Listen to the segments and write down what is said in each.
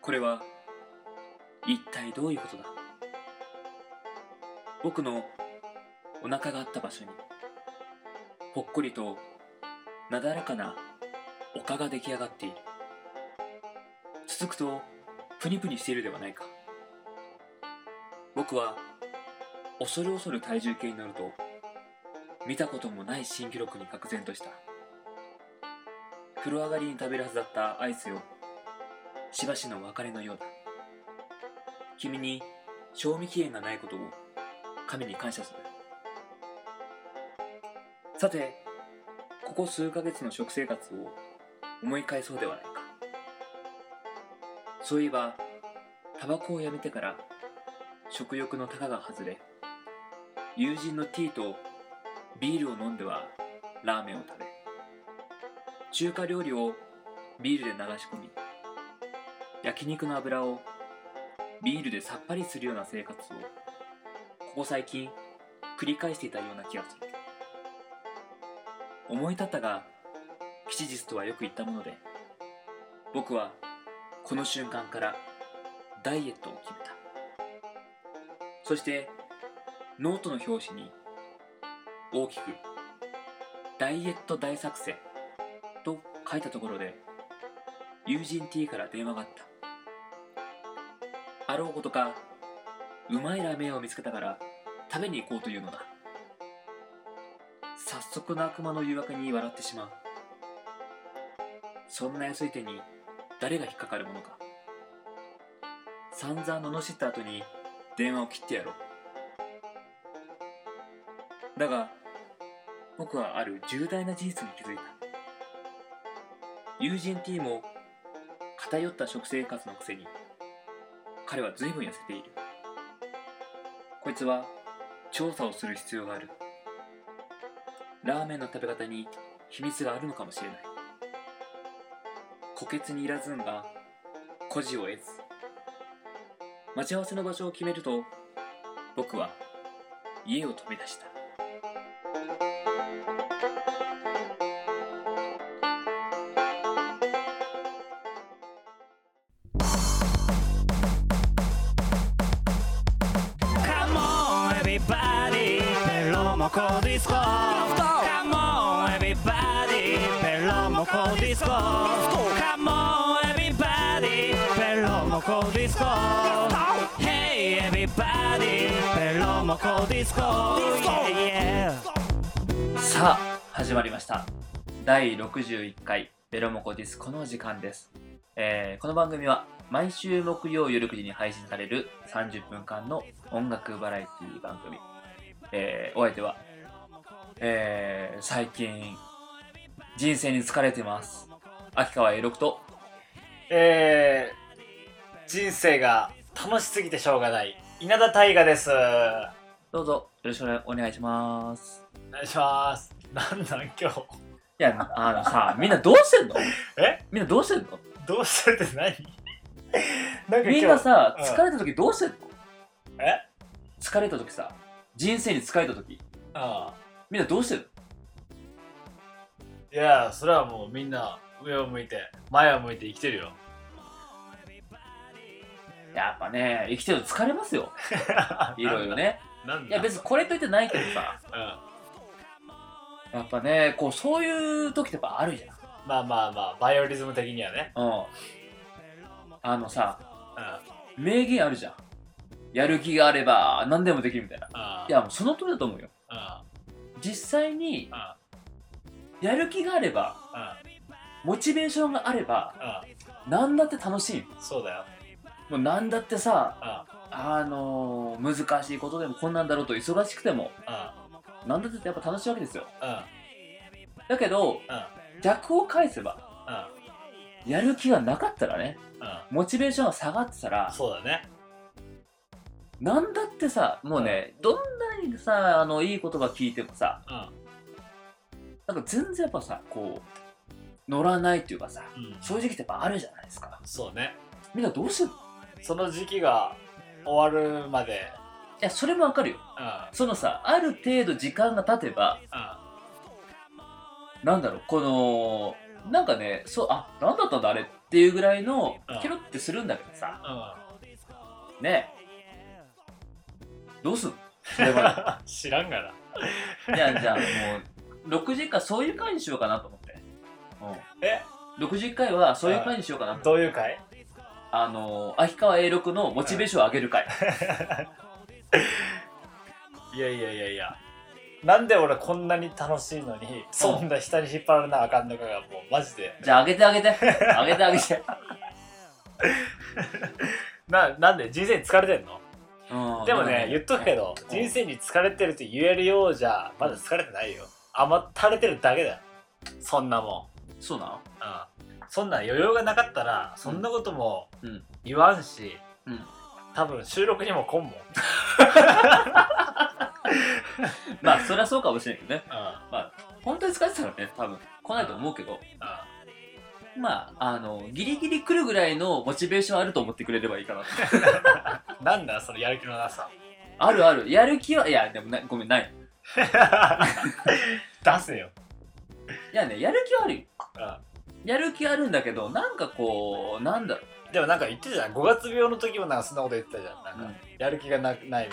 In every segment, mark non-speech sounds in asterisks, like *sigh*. これは一体どういうことだ僕のお腹があった場所にぽっこりとなだらかな丘が出来上がっている続くとプニプニしているではないか僕は恐る恐る体重計に乗ると見たこともない新記録に愕然とした風呂上がりに食べるはずだったアイスをしばしの別れのようだ君に賞味期限がないことを神に感謝するさてここ数ヶ月の食生活を思い返そうではないかそういえばタバコをやめてから食欲の高が外れ友人のティーとビールを飲んではラーメンを食べ中華料理をビールで流し込み焼肉の油をビールでさっぱりするような生活をここ最近繰り返していたような気がする思い立ったが吉日とはよく言ったもので僕はこの瞬間からダイエットを決めたそしてノートの表紙に大きく「ダイエット大作戦」と書いたところで友人 T から電話があったあろうことかうまいラーメンを見つけたから食べに行こうというのだ早速の悪魔の誘惑に笑ってしまうそんな安い手に誰が引っかかるものか散々罵った後に電話を切ってやろうだが僕はある重大な事実に気づいた友人 T も偏った食生活のくせに彼は随分痩せているこいつは調査をする必要があるラーメンの食べ方に秘密があるのかもしれない虎穴にいらずんが孤児を得ず待ち合わせの場所を決めると僕は家を飛び出したカモンエビバディペロモコディスコカモンエビバディペロモコディスコカモンエビバディペロモコディスコ Hey everybody ペロモコディスコ Yeah yeah さあ始まりました第61回ベロモコディスコの時間です、えーこの番組は毎週木曜夜9時に配信される30分間の音楽バラエティ番組、えーお相手は、えー最近人生に疲れてます秋川栄六とえー、人生が楽しすぎてしょうがない稲田大我ですおどうぞよろしくお願いします願いしますなんなん今日いやあのさみんなどうしてんのえみんなどうしてんのどうしてるって何 *laughs* なんか今日 *laughs* みんなさうん疲れた時どうしてんのえ疲れた時さ人生に疲れた時あみんなどうしてるあいやそれはもうみんな上を向いて前を向いて生きてるよやっぱね生きてると疲れますよ *laughs* いろいろねなんいだや別にこれといってないけどさうん、やっぱねこうそういう時ってやっぱあるじまあまあまあバイオリズム的にはねゃんうんあのさうんあ名言あるじゃんやる気があれば何でもできるみたいなあいやもうその通りだと思うよあ実際にあやる気があればあモチベーションがあればあ何だって楽しいそうだよもう何だってさああのー難しいことでもこんなんだろうと忙しくてもあ何だってやっぱ楽しいわけですよあだけどあ逆を返せばあやる気がなかったらねあモチベーションが下がってたらそうだねなんだってさもうねどんなにさあのいい言葉聞いてもさうんなんか全然やっぱさこう乗らないっていうかさうん正直ってやっぱあるじゃないですかそうねみんなどうしてるのいその時期が終わるまで、やそれもわかるようん、うそのさある程度時間が経てばん、なんだろうこのなんかねそうあなんだったんだあれっていうぐらいのうんケロってするんだけどさうねえどうす *laughs* んのそれまん *laughs* 知らんがなでじゃあじゃあもう60回そういう回にしようかなと思って、えうん、60回はそういう回にしようかなとどういう回あのー秋川栄六のモチベーションを上げる回、いやいやいやいやなんで俺こんなに楽しいのにそんな下に引っ張られなあかんのかがもうマジでじゃあ上げて上げて上げて上げてななんで人生に疲れてんのうんでもね言っとくけどうん人生に疲れてると言えるようじゃまだ疲れてないよ余ったれてるだけだよそんなもんそうなのうんそんな余裕がなかったらそんなこともうん言わんし、うん多分収録にも来んもん、まあそりゃそうかもしれないけどねう本当に疲れてたらね多分来ないと思うけどんまああのギリギリ来るぐらいのモチベーションあると思ってくれればいい *laughs* かなってうん、なんだそのやる気のなさ *laughs* あるあるやる気はいやでもなごめんない出せよ、いやねやる気はあるようやる気あるんだけどなんかこうなんだろん、でもなんか言ってたじゃん5月病の時もなんかそんなこと言ってたじゃんなんう、か、やる気がなないみたい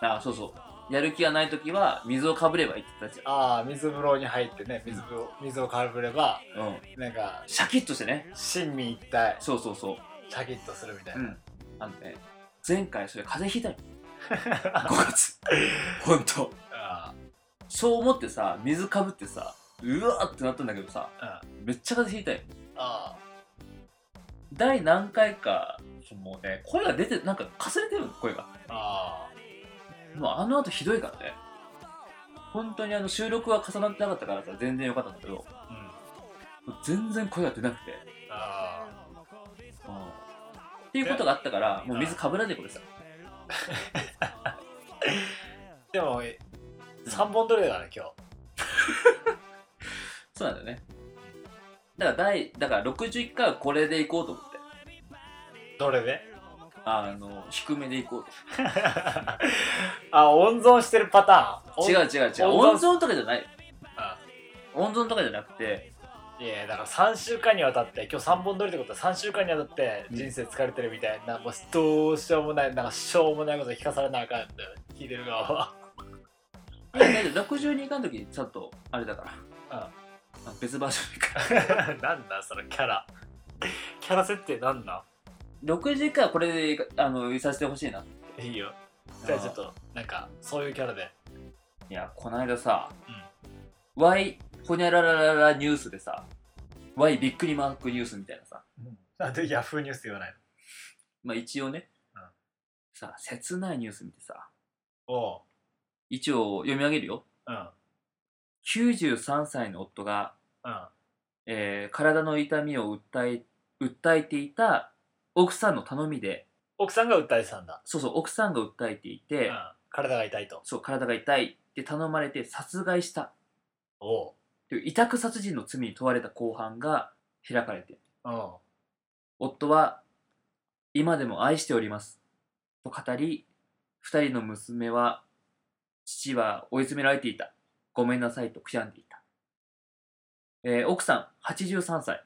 なあそうそうやる気がない時は水をかぶればいいって言ってたじああ水風呂に入ってね水風呂水をかぶればゃん、うん、なんかシャキッとしてね心身一体そうそうそうシャキッとするみたいな、うん、あのね前回それ風邪ひいたの *laughs* 5月ほんとあそう思ってさ水かぶってさうわーってなったんだけどさあめっちゃ風邪ひいたよあ第何回かもうね声が出てなんかかすれてるの声があもうあの後ひどいからね本当にあの収録は重なってなかったからさ全然良かったんだけどもあうんう全然声が出なくてあっていうことがあったからもう水かぶらないことさあでも3本取りだから今日そうなんだよねだから第だから61回はこれでいこうと思ってどれで *laughs* あの低めでいこうとあ温存してるパターン違うう違う違う温温存とかじゃないあ温存とかじゃなくていやだから3週間にわたって今日3本取りってことは3週間にわたって人生疲れてるみたいな、もうどうしようもないなんかしょうもないこと聞かされなあかんって聞いてる側はいやだけど62回の時にちゃんとあれだからああ別バージョンか *laughs* なんだそのキャラキャラ設定なんだ61回はこれでいかあのいさせてほしいないいよじゃあちょっとなんかそういうキャラでいやこの間さ「Y ほにゃららららニュース」でさ「Y びっくりマークニュース」みたいなさなんでヤフーニュース言わないまあ一応ね、うんさ切ないニュース見てさのおう一応読み上げるようん93歳の夫が、うんえー体の痛みを訴え訴えていた奥さんの頼みで奥さんが訴えてたんだ、そうそう奥さんが訴えていて、うん体が痛いとそう体が痛いって頼まれて殺害したおうという委託殺人の罪に問われた公判が開かれてうん夫は「今でも愛しております」と語り2人の娘は「父は追い詰められていたごめんなさい」と悔やんでいた、えー奥さん83歳、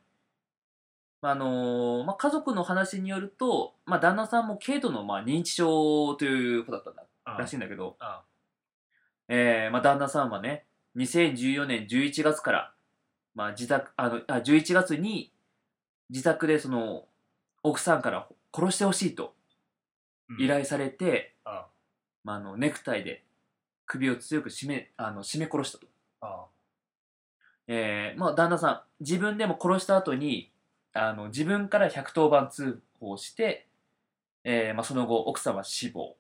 まああのーまあ、家族の話によると、まあ、旦那さんも軽度のまあ認知症ということだったんだうんらしいんだけど、うんえーまあ、旦那さんはね2014年11月から、まあ、自宅あのあ11月に自宅でその奥さんから殺してほしいと依頼されて、うんまあ、あのネクタイで首を強く絞めあの絞め殺したと、うえーまあ、旦那さん自分でも殺した後にあの自分から110番通報して、えーまあ、その後奥さんは死亡、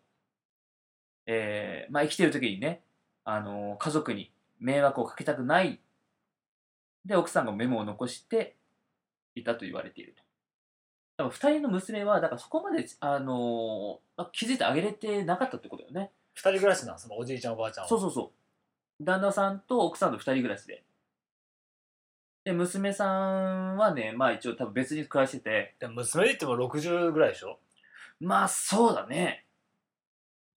えーまあ、生きてる時にね、あの家族に迷惑をかけたくないで奥さんがメモを残していたと言われていると多分2人の娘はだからそこまで、あのまあ気づいてあげれてなかったってことだよね2人暮らしなそのおじいちゃんおばあちゃんはそうそうそう旦那さんと奥さんの2人暮らしでで娘さんはねまあ一応多分別に暮らしててでも娘で言っても60ぐらいでしょまあそうだね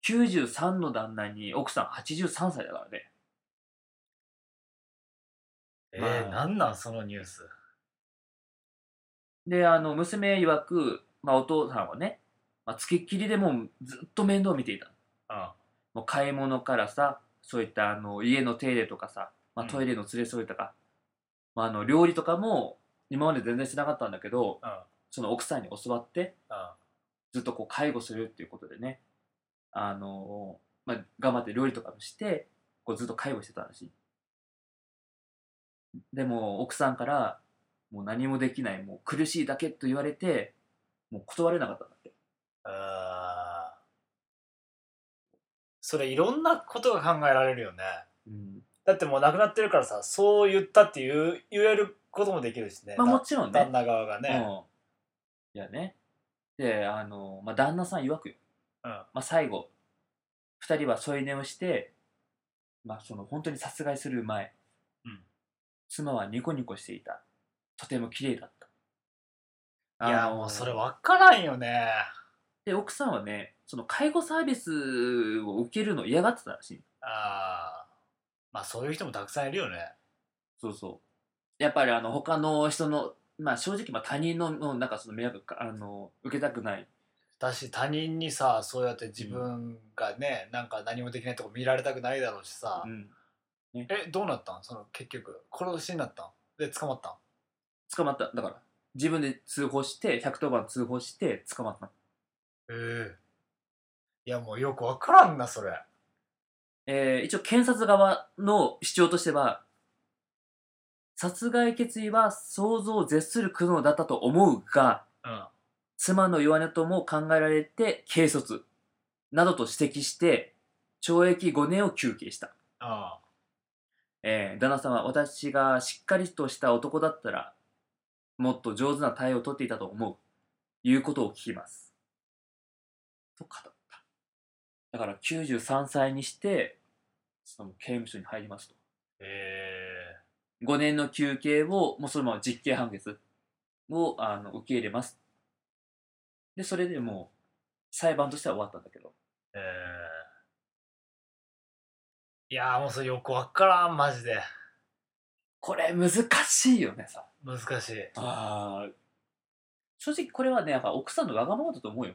93の旦那に奥さん83歳だからねえまあー、なんなんそのニュース。であの娘曰く、まあ、お父さんはね、まあ、つきっきりでもうずっと面倒を見ていたうん。もう買い物からさそういったあの家の手入れとかさ、まあ、うんトイレの連れ添いとか、まあ、あの料理とかも今まで全然しなかったんだけどうん。その奥さんに教わってうん。ずっとこう介護するっていうことでねあの、まあ、頑張って料理とかもしてこうずっと介護してたらしいでも奥さんからもう何もできないもう苦しいだけと言われてもう断れなかったんだってあーそれいろんなことが考えられるよねうんだってもう亡くなってるからさそう言ったって言う言えることもできるしね、まあもちろんね旦那側がね、うん、いやねであの、まあ、旦那さん曰くよ、うんまあ、最後2人は添い寝をして、まあ、その本当に殺害する前、うん妻はニコニコしていたとても綺麗だったいやあのもうそれ分からんよねで奥さんはねその介護サービスを受けるの嫌がってたらしいあーまあそういう人もたくさんいるよねそうそうやっぱりあの他の人のまあ正直まあ他人ののなんかその迷惑かあの受けたくないだし他人にさそうやって自分がね、なんか何もできないとこ見られたくないだろうしさ、うんえどうなったんその結局殺しになったんで捕まったん捕まっただから自分で通報して110番通報して捕まったええいやもうよく分からんなそれえー一応検察側の主張としては殺害決意は想像を絶する苦悩だったと思うがうん妻の弱音とも考えられて軽率などと指摘して懲役5年を求刑した、あえー旦那さんは私がしっかりとした男だったらもっと上手な対応を取っていたと思ういうことを聞きますと語っただから93歳にしてその刑務所に入りますとえ5年の休刑をもうそのまま実刑判決をあの受け入れますでそれでもう裁判としては終わったんだけどええいやーもうそれよく分からんマジでこれ難しいよねさ難しいあ正直これはねやっぱ奥さんのわがままだと思うよ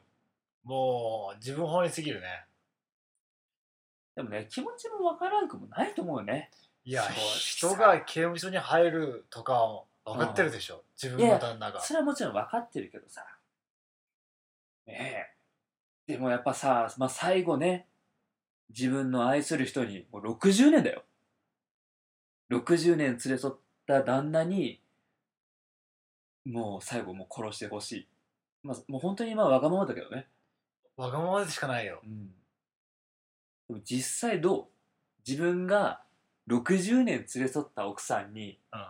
もう自分本位すぎるねでもね気持ちもわからんくもないと思うよねいやそう人が刑務所に入るとかは分かってるでしょ、自分いのや旦那がそれはもちろん分かってるけどさねえでもやっぱさ、まあ、最後ね自分の愛する人にもう60年だよ60年連れ添った旦那にもう最後もう殺してほしい、まあ、もう本当にまあわがままだけどね、わがままでしかないようん、でも実際どう自分が60年連れ添った奥さんにうん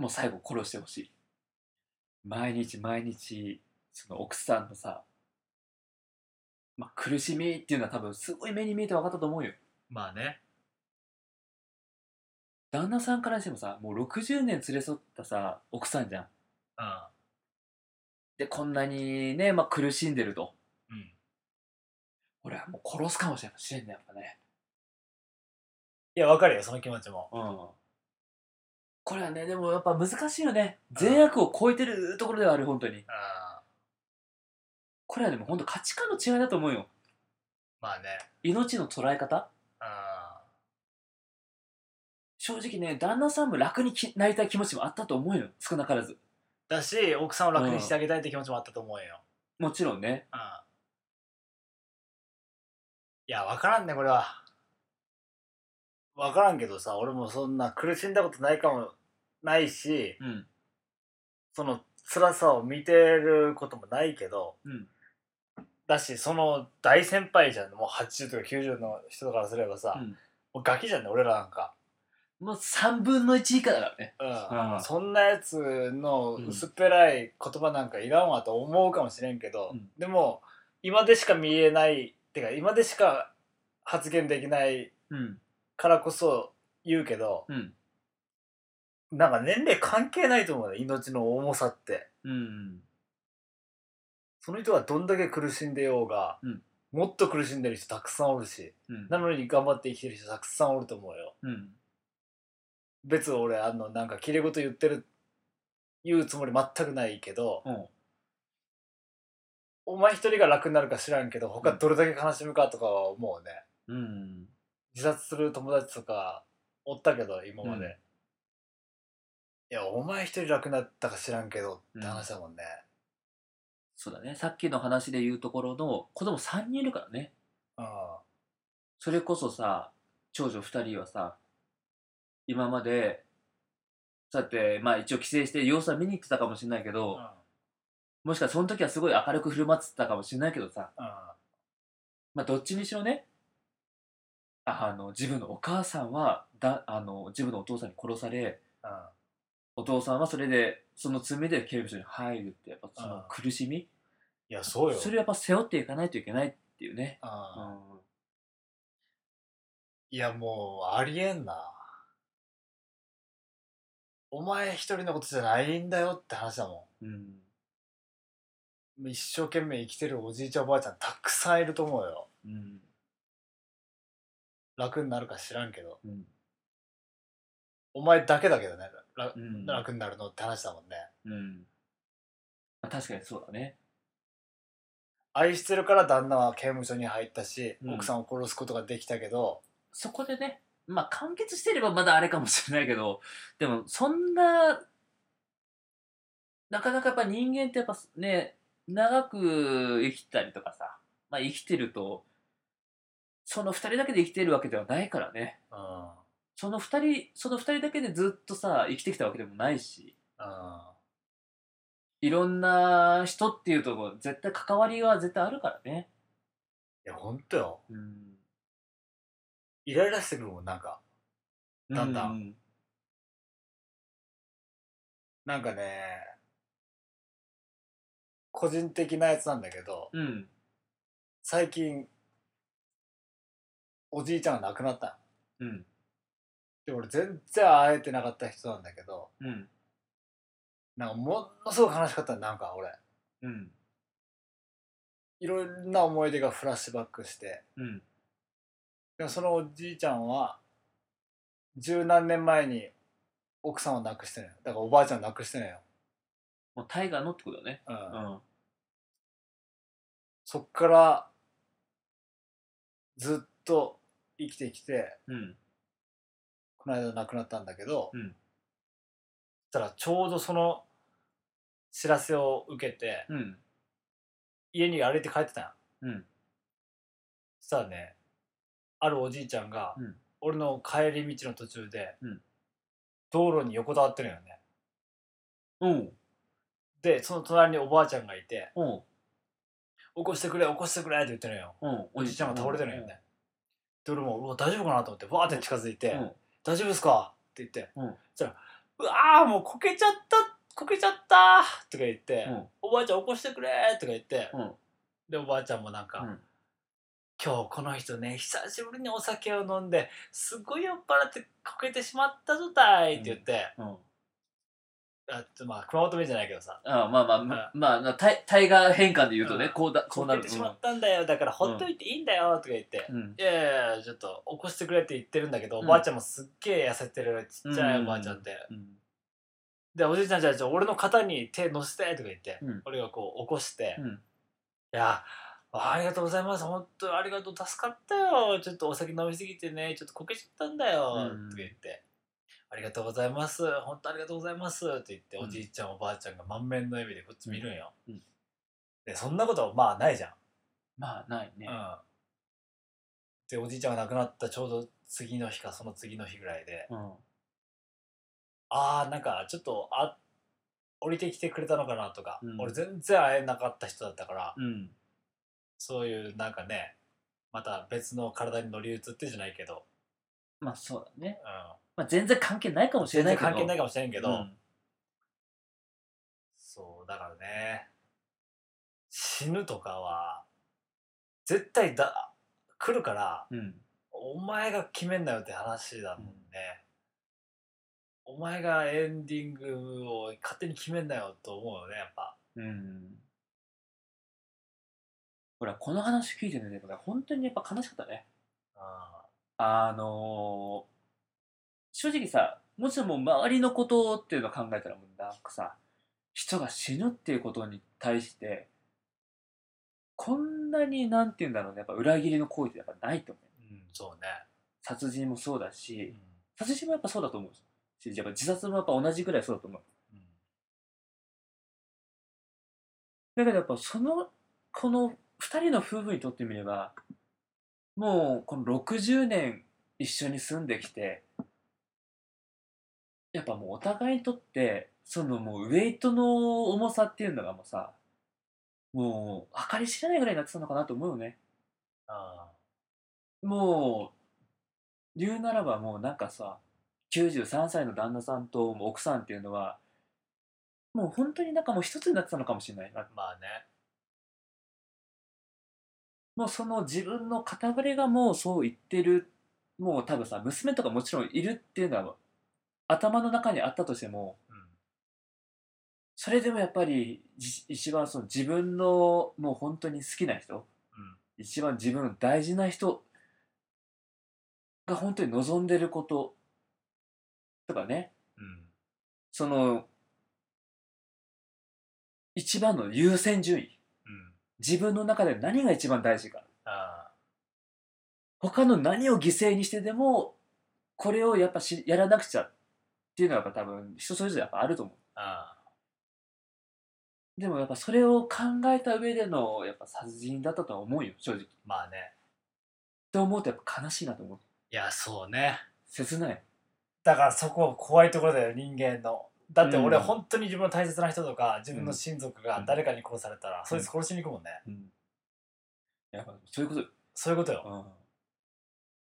もう最後殺してほしい毎日毎日その奥さんのさ、まあ、苦しみっていうのは多分すごい目に見えて分かったと思うよまあね旦那さんからしてもさもう60年連れ添ったさ奥さんじゃんうんでこんなにね、まあ、苦しんでるとうん俺はもう殺すかもしれないしれんねやっぱねいや分かるよその気持ちもうんこれはねでもやっぱ難しいよね善悪を超えてるところではある本当にうんこれはでも本当価値観の違いだと思うよまあね命の捉え方う正直ね旦那さんも楽にきなりたい気持ちもあったと思うよ少なからずんだし奥さんを楽にしてあげたいって気持ちもあったと思うよ、もちろんねうんいや、分からんね、これは。分からんけどさ、俺もそんな苦しんだことないかも、ないし、うんその辛さを見てることもないけど、うんだし、その大先輩じゃん、もう80とか90の人からすればさ、うんもうガキじゃんね、俺らなんか。もう3分の1以下だからねうんうんそんなやつの薄っぺらい言葉なんかいらんわと思うかもしれんけど、うんでも今でしか見えないてか今でしか発言できないうんからこそ言うけどうんなんか年齢関係ないと思うね命の重さってうんその人がどんだけ苦しんでようが、うんもっと苦しんでる人たくさんおるしうんなのに頑張って生きてる人たくさんおると思うようん別に俺あのなんか切れ事言ってる言うつもり全くないけど、うんお前一人が楽になるか知らんけど他どれだけ悲しむかとかは思うねうん自殺する友達とかおったけど今まで、うんいやお前一人楽になったか知らんけどって話だもんね、そうだねさっきの話で言うところの子供3人いるからねうんそれこそさ長女2人はさ今までだってまあ一応帰省して様子は見に行ってたかもしれないけど、もしかしたらその時はすごい明るく振る舞ってたかもしれないけどさうんまあどっちにしろねあの自分のお母さんはだあの自分のお父さんに殺されうんお父さんはそれでその罪で刑務所に入るってやっぱその苦しみ、いやそうよそれをやっぱ背負っていかないといけないっていうね、うんうんいやもうありえんなお前一人のことじゃないんだよって話だもんうん、一生懸命生きてるおじいちゃんおばあちゃんたくさんいると思うようん、楽になるか知らんけどうん、お前だけだけどねらうん、楽になるのって話だもんねうん。まあ、確かにそうだね。愛してるから旦那は刑務所に入ったし、うん奥さんを殺すことができたけどそこでね、まあ完結してればまだあれかもしれないけど、でもそんな、なかなかやっぱ人間ってやっぱね、長く生きたりとかさ、まあ生きてると、その二人だけで生きてるわけではないからね。うんその二人、その二人だけでずっとさ、生きてきたわけでもないし、うんいろんな人っていうとこ、絶対関わりは絶対あるからね。いやほんとようん。イライラしてくるもんなんかだんだんうん。なんかね個人的なやつなんだけどうん最近おじいちゃんが亡くなったのうん。で俺全然会えてなかった人なんだけどうん。なんかものすごく悲しかったのなんか俺うん。いろんな思い出がフラッシュバックしてうん。でもそのおじいちゃんは十何年前に奥さんを亡くしてるのよだからおばあちゃんを亡くしてるのよ、もうタイガーのってことだね。うんうん。そっからずっと生きてきてうん。この間亡くなったんだけど、うんそしたらちょうどその知らせを受けてうん。家に歩いて帰ってたんうん。そしたらねあるおじいちゃんが、うん俺の帰り道の途中で、うん道路に横たわってるのよねうん。でその隣におばあちゃんがいてうん。 「起こしてくれ起こしてくれ」って言ってるのようん。おじいちゃんが倒れてるのよね、で俺もうわ大丈夫かなと思ってわーって近づいて「うん。大丈夫ですか?」って言って、うんそしたら「うわーもうこけちゃったこけちゃった」とか言って、うん。おばあちゃん起こしてくれ」とか言って、うんでおばあちゃんもなんか、うん今日この人ね久しぶりにお酒を飲んですごい酔っ払ってこけてしまったぞたい」って言って、うん。あちょまあ熊本弁じゃないけどさああまあまあ、ままあ、タイタイガー変換で言うとね、うんこうだ、こうこなけるて。しまったんだよだからほっといていいんだよ」とか言って。うん。うんいやいやいやちょっと起こしてくれって言ってるんだけど、うんおばあちゃんもすっげえ痩せてるちっちゃいおばあちゃんで、うん。でおじいちゃんじゃあちょ俺の肩に手乗せてとか言って、うん俺がこう起こしてう「いん。やあありがとうございます本当ありがとう助かったよちょっとお酒飲みすぎてねちょっとこけちゃったんだよ」うんとか言って「ありがとうございます本当ありがとうございます」って言って、うんおじいちゃんおばあちゃんが満面の笑みでこっち見るんよ、うんでそんなことはまあないじゃんまあ、ないね。でおじいちゃんが亡くなったちょうど次の日かその次の日ぐらいでうん。あーなんかちょっとあ降りてきてくれたのかなとか、うん俺全然会えなかった人だったからうん。そういうなんかねまた別の体に乗り移ってじゃないけど、まあ、そうだね。うまあ、全然関係ないかもん、しれないけど。関係ないかかもしれんけど、うん。そうだからね死ぬとかは絶対だ来るからうん。お前が決めんなよって話だもんね、お前がエンディングを勝手に決めんなよと思うよねやっぱうん。ほら、この話聞いてね、でもね、本当にやっぱ悲しかったね。あのー正直さ、もちろんもう周りのことっていうのを考えたらもうなんかさ人が死ぬっていうことに対してこんなになんて言うんだろうねやっぱ裏切りの行為ってやっぱないと思ううん、そうね、殺人もそうだうしん殺人もやっぱそうだと思うしやっぱ自殺もやっぱ同じぐらいそうだと思うだけどやっぱそのこの2人の夫婦にとってみればもうこの60年一緒に住んできてやっぱもうお互いにとってそのもうウェイトの重さっていうのがもうさもう計り知れないぐらいになってたのかなと思うよねあもう言うならばもうなんかさ93歳の旦那さんともう奥さんっていうのはもう本当になんかもう一つになってたのかもしれないなーまあねもうその自分の片割れがもうそう言ってるもう多分さ娘とかもちろんいるっていうのは頭の中にあったとしてもそれでもやっぱりじ一番その自分のもう本当に好きな人一番自分の大事な人が本当に望んでることとかねうんうんその一番の優先順位うん自分の中で何が一番大事かあ他の何を犠牲にしてでもこれをやっぱしやらなくちゃっていうのはやっぱ多分人それぞれやっぱあると思ーあうでもやっぱそれを考えた上でのやっぱ殺人だったとは思うよ正直っーまあねて思うとやっぱ悲しいなと思ういやそうね切ないだからそこは怖いところだよ人間のだって俺、うん本当に自分の大切な人とか自分の親族が誰かに殺されたら、そいつ殺しに行くもんねうんやっぱそういうことよそういうことよ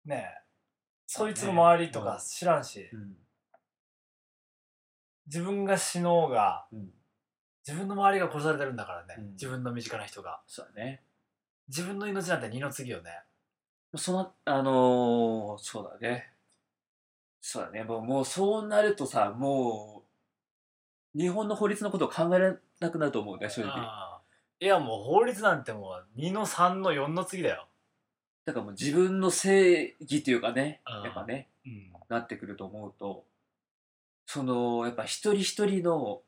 ねえそいつの周りとか知らんし、うん自分が死のうがうん自分の周りが殺されてるんだからね、うん自分の身近な人がそうだね自分の命なんて二の次よねそのあのーそうだねそうだねもうもうそうなるとさもう日本の法律のことを考えられなくなると思うね正直ああいやもう法律なんてもう2の3の4の次だよ、だからもう自分の正義というかね、うんやっぱね、うんなってくると思うと、その、やっぱ一人一人の、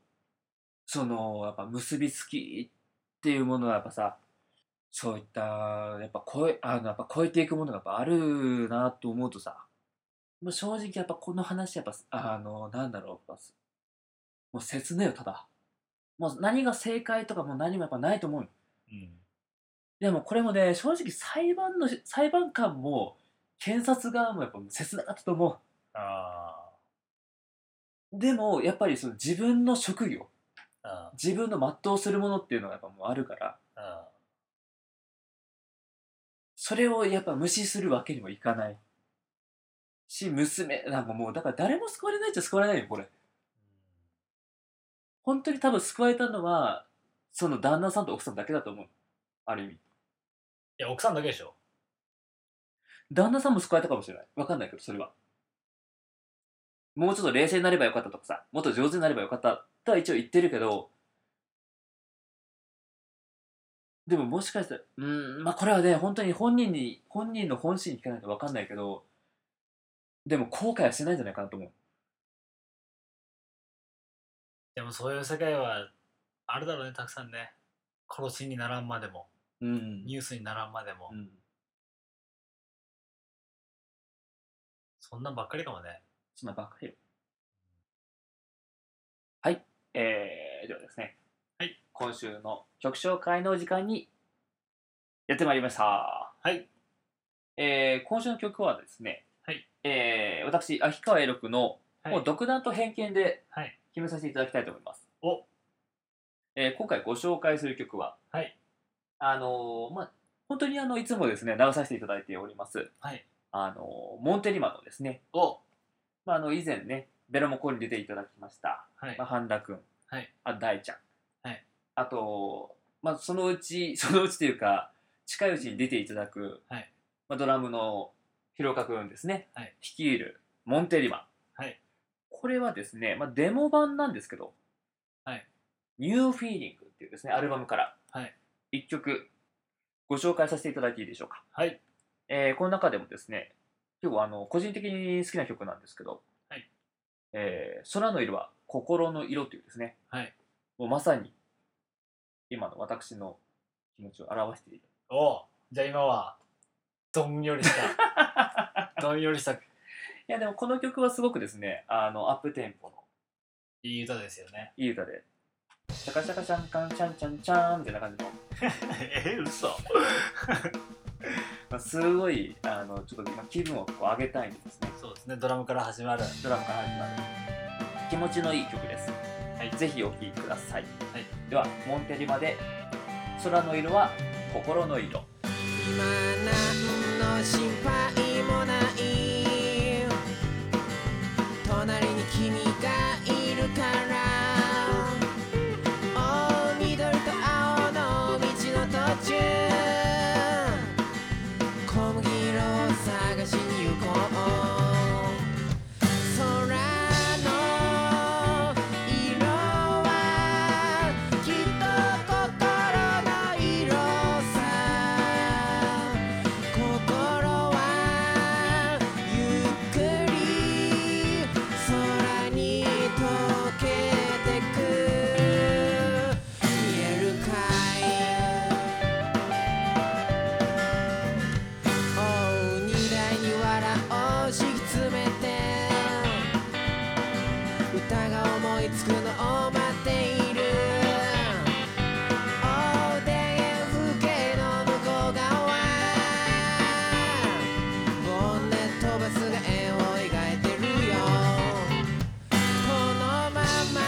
その、やっぱ結びつきっていうものはやっぱさ、そういった、やっぱ超え、あの、やっぱ超えていくものがやっぱあるなと思うとさ、もう正直やっぱこの話やっぱ、あの、なんだろう、やっぱもう切ないよ、ただ。もう何が正解とかもう何もやっぱないと思うようんでもこれもね正直裁判の裁判官も検察側もやっぱ切なかったと思あうでもやっぱりその自分の職業あ自分の全うするものっていうのがやっぱもうあるからうんうんそれをやっぱ無視するわけにもいかないし娘なんかもうだから誰も救われないっちゃ救われないよこれ本当に多分救われたのはその旦那さんと奥さんだけだと思うある意味いや奥さんだけでしょ旦那さんも救われたかもしれない。わかんないけど、それは。もうちょっと冷静になればよかったとかさ、もっと上手になればよかったとは一応言ってるけど、でももしかしたら、うーん、まあこれはね、本当に本人に、本人の本心聞かないとわかんないけど、でも後悔はしてないんじゃないかなと思う。でもそういう世界はあるだろうねたくさんね殺しにならんまでもうんニュースにならんまでも、うん。そんなんばっかりかもねそんなばっかりよ。はい。えー、ではですね。はい。今週の曲紹介の時間にやってまいりました。はいえー、今週の曲はですね、はい。えー、私、秋川栄六の、はいもう独断と偏見ではい決めさせていただきたいと思います。おえー今回ご紹介する曲は、はい。あのーまあ、本当にあの、いつもですね、流させていただいております。はい。あのーモンテリマのですね、おまあ、あの以前ねベロモコに出ていただきました、はいまあ、半田君、はい、あ大ちゃん、はい、あと、まあ、そのうち *laughs* そのうちというか近いうちに出ていただく、はいまあ、ドラムのひろか君ですね、はい、率いるモンテリマン、はい、これはですね、まあ、デモ版なんですけど「はい、ニューフィーリング」っていうですねアルバムからはい1曲ご紹介させていただいていいでしょうかはいえーこの中でもですね、結構あの個人的に好きな曲なんですけど、はいえー空の色は心の色というですね、はいもうまさに今の私の気持ちを表している。おうじゃあ今はどんよりしたどんよりしたいいやでもこの曲はすごくですね、あのアップテンポのい歌ですよねいい歌で、シャカシャカシャンカンチャンチャンチャンみたいな感じの、 *laughs* え嘘まあ、すごいあのちょっと今気分をこう上げたいんですね。そうですねドラムから始まるドラムから始まる気持ちのいい曲です、はいぜひお聴きください、いではモンテリマで空の色は心の色今何の心配もない隣に君がいるから青緑と青の道の途中小麦色を探しに行こう空の色はきっと心の色さ心はゆっくり空に溶けてく見えるかい「おう荷台に藁を敷き詰めて」「歌が思いつくのを待っている」「おう田園風景の向こう側」「ボンネットバスが円を描いてるよ」「このまま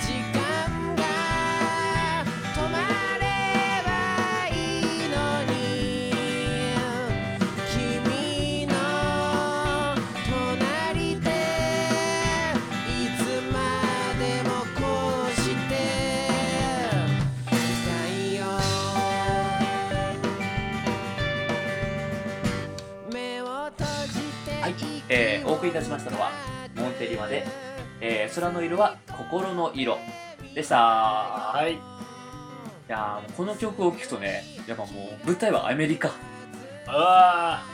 時間が止まればいいのに」「君の隣でいつまでもこうしていたいよ」「目を閉じて」はいえーお送りいたしましたのはモンテリマでえー空の色は心の色でしたはいいやーもうこの曲を聴くとねやっぱもう舞台はアメリカ、あ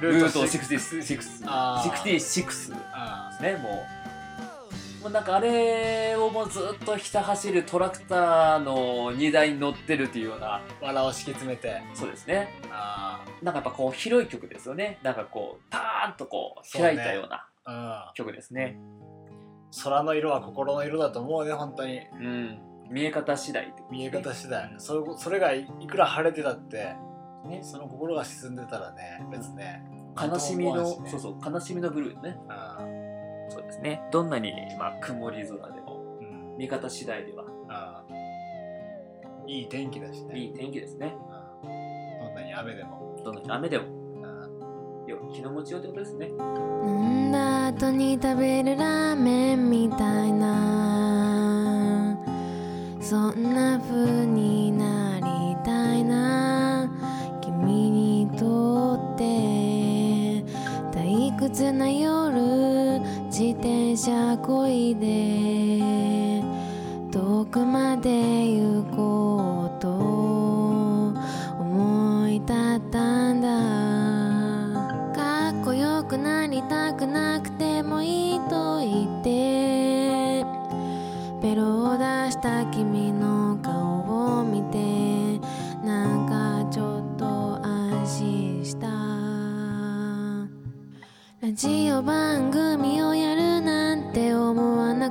うーん、ルートシック66あー66であすねもうもうなんかあれをもうずっとひた走るトラクターの荷台に乗ってるというようなー藁を敷き詰めてそうですねあなんかやっぱこう広い曲ですよねなんかこうパーンとこう開いたようなあ曲ですねうん空の色は心の色だと思うね本当にうん見え方次第ってことですね見え方次第それそれがいいくら晴れてたってねその心が沈んでたらね別にね悲しみの、なんとも思わんしねそうそう悲しみのブルーねうんそうですねどんなに、まあ、曇り空でもうん見方次第ではうんいい天気だしねいい天気ですねうんどんなに雨でもどんなに雨でもうんよ気の持ちようってことですね飲んだ後に食べるラーメンみたいなそんな風になりたいな君にとって退屈な夜自転車こいで遠くまで行こうと思い立ったんだかっこよくなりたくなくてもいいと言ってベロを出した君の顔を見てなんかちょっと安心したラジオ番組をやるなんて思わな